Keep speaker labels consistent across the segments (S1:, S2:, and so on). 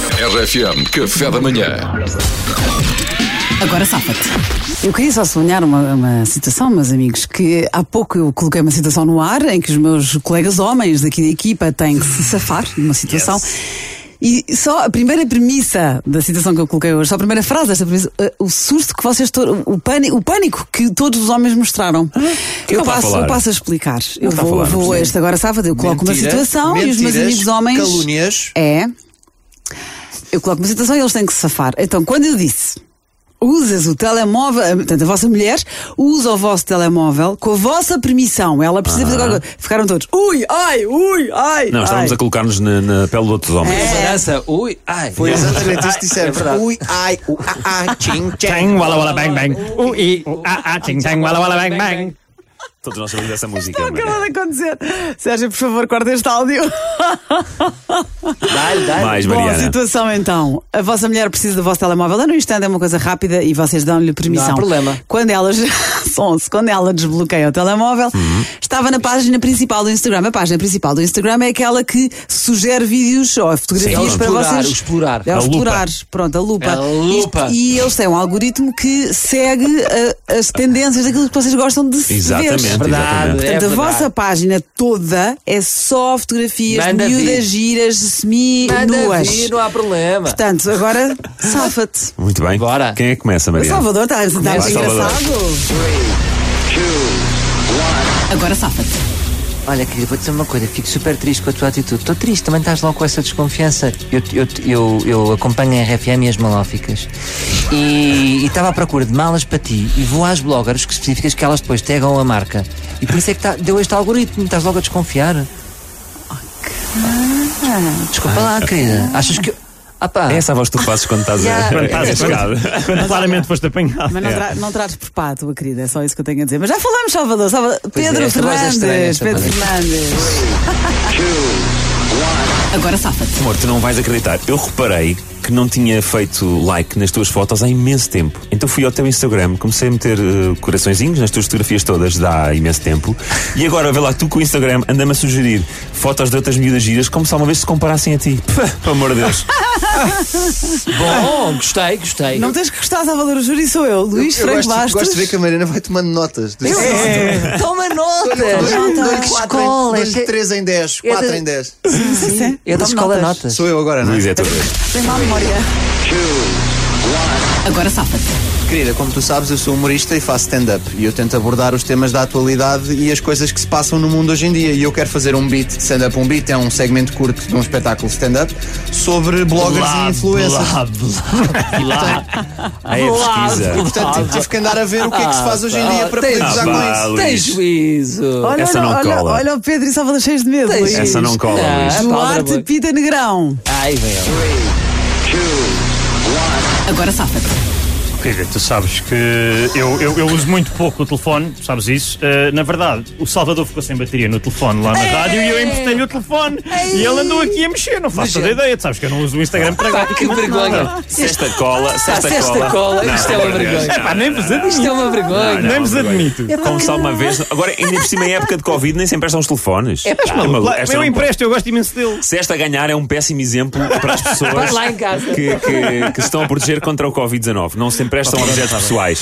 S1: RFM, café da manhã.
S2: Agora safa-te. Eu queria só sonhar uma, uma situação, meus amigos, que há pouco eu coloquei uma situação no ar em que os meus colegas homens daqui da equipa têm que se safar de uma situação. E só a primeira premissa da situação que eu coloquei hoje, só a primeira frase desta premissa, eh, o susto que vocês to- o pânico, o pânico que todos os homens mostraram. Eu
S3: Ah, está a
S2: passo,
S3: falar?
S2: eu passo a explicar. Eu
S3: está a
S2: vou,
S3: falar,
S2: vou
S3: Cristina?
S2: este agora sábado, eu coloco uma
S4: Mentira,
S2: situação e os meus
S4: mentiras,
S2: amigos homens.
S4: Calúnias.
S2: É. Eu coloco uma situação e eles têm que se safar. Então, quando eu disse. Usas o telemóvel, eh, portanto, a vossa mulher usa o vosso telemóvel com a vossa permissão. Ela precisa fazer qualquer coisa. Ficaram todos, ui, ai, ui, ai.
S3: Ah. Não,
S2: ai. É,
S3: estávamos a colocar-nos na, na pele de outros homens.
S4: Dança, ui, ai. É Foi exatamente isso que dissemos. ui, ah, ai, u, a, a, ching,
S5: Tang, wala wala bang bang. Ooh, ee, ooh, ah, ah, ting, tang, wala wala bang bang.
S3: Todos nós sabemos essa música.
S2: Está
S3: não é?
S2: acabado de acontecer. Sérgio, por favor, corta este áudio.
S4: Dá-lhe, dá-lhe.
S3: Mais,
S2: Bom, a
S3: Mariana.
S2: situação então. A vossa mulher precisa do vosso telemóvel. É no instante, é uma coisa rápida e vocês dão-lhe permissão.
S4: Não há problema.
S2: Quando ela, Sonso, quando ela desbloqueia o telemóvel, estava na página principal do Instagram. A página principal do Instagram é aquela que sugere vídeos ou fotografias
S4: Sim,
S2: para
S4: explorar,
S2: vocês.
S4: o explorar.
S2: É o
S3: A lupa.
S2: explorar. Pronto, a lupa.
S4: É a lupa.
S2: E, e eles têm um algoritmo que segue a- as tendências daquilo que vocês gostam de ver.
S3: Exatamente. exatamente.
S4: Verdade.
S2: Portanto,
S4: É
S2: a
S4: verdade.
S2: vossa página toda é só fotografias de
S4: Manda vir.
S2: miúdas giras,
S4: Manda
S2: semi-nuas.
S4: vir, não há problema.
S2: Portanto, agora safa-te.
S3: Muito bem.
S4: Bora.
S3: Quem é que começa,
S2: O
S3: Mariana?
S2: Salvador está está
S3: Vai,
S2: muito
S3: Salvador.
S2: engraçado. Agora safa-te.
S6: Olha, querido, vou dizer uma coisa, fico super triste com a tua atitude. Estou triste, também estás logo com essa desconfiança. Eu, eu, eu, eu acompanho a RFM e as malóficas. E e estava à procura de malas para ti e vou às bloggers específicas que elas depois tegam a marca. E por isso é que tá- deu este algoritmo, estás logo a desconfiar. Desculpa lá, querida. Achas que. eu- Ah, pá.
S3: É essa a voz que tu fazes quando estás a.
S6: Yeah.
S3: Quando
S5: Estás
S3: estás a
S5: apanhado. Quando claramente foste apanhado.
S2: Mas não, tra não trates por pá, tua querida, é só isso que eu tenho a dizer. Mas já falamos, Salvador. Salva-
S6: é,
S2: Pedro
S6: esta voz é
S2: Fernandes.
S6: estranha, esta
S2: Pedro
S6: voz.
S2: Fernandes. Agora safa-te.
S3: Amor, tu não vais acreditar. Eu reparei que não tinha feito like nas tuas fotos há imenso tempo. Então fui ao teu Instagram, comecei a meter eh, coraçõezinhos nas tuas fotografias todas de há imenso tempo. E agora, vê lá, tu com o Instagram anda-me a sugerir fotos de outras miúdas giras como se alguma vez se comparassem a ti. Pá, Pelo amor de Deus.
S4: Bom, Oh, gostei, gostei.
S2: Não tens que gostar, Salvador, o júri sou eu, Luís
S7: eu
S2: Franco
S7: gosto,
S2: Bastos.
S7: gosto de ver que a Mariana vai tomando notas.
S6: Toma nota! tá,
S7: Dou-lhe 4 em-
S6: Escola! é
S7: dou-lhe 3 em 10, 4 em 10.
S2: Sim, sim.
S6: Eu da
S2: Dá-me
S6: escola
S2: notas.
S6: notas.
S7: Sou eu agora, não é?
S3: Luís é toda.
S2: Tem má memória. Agora safa-te.
S7: Querida, como tu sabes, eu sou humorista e faço stand-up. E eu tento abordar os temas da atualidade e as coisas que se passam no mundo hoje em dia. E eu quero fazer um beat. Stand-up um beat é um segmento curto de um espetáculo stand-up sobre bloggers e influencers.
S3: Aí é pesquisa.
S7: E portanto tive- tive que andar a ver o que é que se faz hoje em dia para poder
S6: tá.
S4: Ah,
S7: gozar
S3: vá,
S7: com isso.
S3: Luís.
S4: Tem juízo.
S2: Olha,
S3: Essa
S2: olha,
S3: não
S2: olha,
S3: cola.
S2: olha o Pedro e Salvador cheios de medo, Luís.
S3: Essa não cola, Luís.
S4: Ah, palavra
S2: Duarte
S4: boa.
S2: Pita Negrão.
S4: Ai, meu.
S2: Agora safa-te.
S5: Querida, tu sabes que eu, eu, eu uso muito pouco o telefone, sabes isso? Eh, na verdade, o Salvador ficou sem bateria no telefone lá na rádio e eu emprestei-lhe o telefone. E ele andou aqui a mexer, não faço toda a ideia. Tu sabes que eu não uso o Instagram para
S4: Pá, que vergonha.
S3: Sexta cola, sexta
S4: sexta
S3: cola.
S4: cola, isto é uma vergonha.
S5: Pá, nem vos
S4: Isto é
S5: admito.
S4: uma vergonha.
S5: Nem vos admito.
S3: Como só uma vez. Agora, ainda por cima, em época de Covid, nem se emprestam os telefones. É
S5: Lá, Eu empresto, eu gosto imenso dele.
S3: Se esta ganhar é um péssimo exemplo para as pessoas
S4: Vai lá em casa.
S3: que, que- que se estão a proteger contra o Covid-19. Não se emprestam objetos pessoais.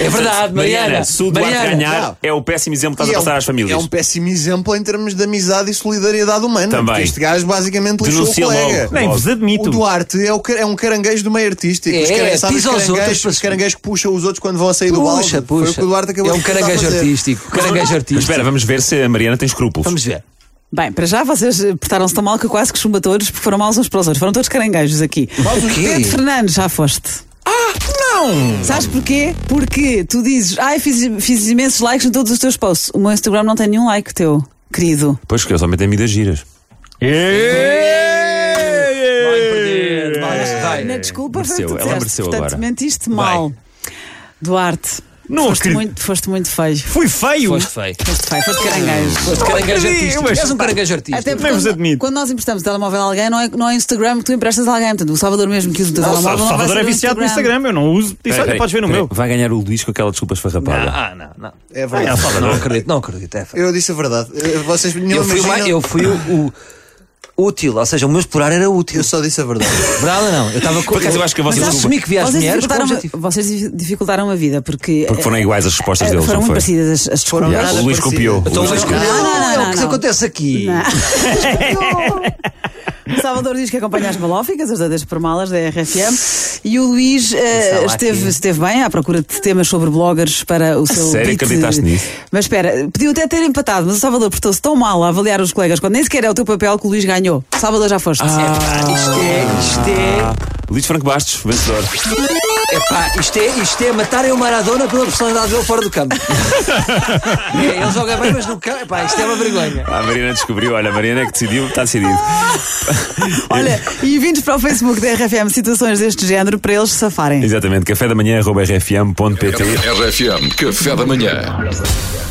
S4: É verdade, Mariana.
S3: se o Duarte
S4: Mariana.
S3: ganhar,
S7: não.
S3: é o péssimo exemplo que
S7: E
S3: estás a
S7: é um-
S3: passar às famílias.
S7: É um péssimo exemplo em termos de amizade e solidariedade humana.
S3: Também.
S7: Porque este gajo basicamente lixou o
S3: Denuncia
S7: colega.
S3: logo.
S5: Nem vos
S7: O
S5: admito.
S7: Duarte é, o car- é um caranguejo do meio artístico.
S4: É,
S7: os caran- sabe os
S4: pisa aos
S7: caranguejos,
S4: outros para-
S7: os caranguejos que puxam os outros quando vão a sair do balde?
S4: Puxa,
S7: Foi o que
S4: puxa.
S7: o Duarte acabou
S4: É um
S7: de tentar
S4: caranguejo
S7: fazer.
S4: artístico. Caranguejo
S3: Mas
S4: artístico.
S3: espera, vamos ver se a Mariana tem escrúpulos.
S4: Vamos ver.
S2: Bem, para já vocês eh, portaram-se tão mal que eu quase que chumba todos porque foram maus uns para os outros. Foram todos caranguejos aqui.
S4: o quê?
S2: Pedro Fernandes, já foste. Ah, não! Sabes porquê? Porque tu dizes, ai, fiz, fiz imensos likes em todos os teus posts. O meu Instagram não tem nenhum like teu, querido.
S3: Pois que eu somente tenho medidas giras.
S4: Vai perder. Vai, vai. né?
S2: Na desculpa, foi
S3: É. Mereceu,
S2: o que tu
S3: ela
S2: disseste.
S3: mereceu
S2: Portanto,
S3: agora.
S2: mentiste mal. Duarte,
S5: Não
S2: foste
S5: acredito.
S2: muito, foste muito feio.
S5: Fui feio.
S4: Foste feio.
S3: É.
S2: Foste feio, foste caranguejo.
S4: Foste caranguejo artístico. És um caranguejo artístico.
S2: Até porque
S5: Nem vos
S2: quando-
S5: admito.
S2: Quando nós emprestamos o telemóvel a alguém, não é, não é Instagram que tu emprestas a alguém. Portanto, o Salvador mesmo que usa o teu
S5: O
S2: telemóvel. não vai
S5: Salvador é
S2: saber o
S5: viciado no Instagram, eu não uso. Disse,
S3: Peraí,
S5: olha,
S3: peraí,
S5: podes ver no
S3: peraí.
S5: meu.
S3: Vai ganhar o Luís com aquela desculpa esfarrapada.
S4: Ah, não, não.
S7: É
S5: Ah,
S7: verdade.
S5: Salvador.
S4: Não acredito, não acredito. É
S7: Eu disse a verdade. Eh, Vocês não
S4: Eu fui,
S7: imaginam.
S4: uma- eu fui o, o-
S6: útil, ou seja, o meu explorar era útil.
S7: Eu só disse a verdade.
S6: Verdade ou não? Eu estava com.
S3: Por acaso eu acho que vocês-
S6: Mas assumi que via as
S2: vocês
S6: mulheres com
S2: dificultaram,
S6: objetivo.
S2: vocês dificultaram a vida porque,
S3: Porque foram
S2: eh,
S3: iguais as respostas
S2: eh,
S3: deles,
S2: foram
S3: não
S2: muito
S3: foi?
S2: parecidas as
S7: Foram
S2: desculpas.
S3: Yeah,
S7: nada
S3: o Luís
S7: parecidas.
S3: copiou.
S6: Então
S3: o
S6: o
S3: Luís
S6: Luís
S3: copiou.
S2: Não, não,
S6: não, é o
S2: não,
S6: que
S2: não.
S6: acontece aqui.
S2: O Salvador diz que acompanha as malóficas, as dadas por malas da RFM. E o Luís eh,
S6: Sei lá
S2: esteve,
S6: aqui.
S2: esteve bem à procura de temas sobre bloggers para o seu.
S3: sério?
S2: beat.
S3: Acreditaste nisso?
S2: Mas espera, pediu até ter empatado, mas o Salvador portou-se tão mal a avaliar os colegas quando nem sequer é o teu papel que o Luís ganhou. Salvador, já foste.
S3: Ah.
S6: Isto é, isto é.
S3: Luís Franco Bastos, vencedor.
S6: Epá, isto é, isto é matarem o Maradona pela personalidade dele fora do campo. É, ele joga bem, mas no campo. Epá, isto é uma vergonha.
S3: Ah, A Mariana descobriu, olha, a Mariana é que decidiu, está decidido.
S2: Olha, e vindos para o Facebook da RFM situações deste género para eles se safarem.
S3: Exatamente, café da manhã, rfm.pt.
S1: RFM, café da manhã.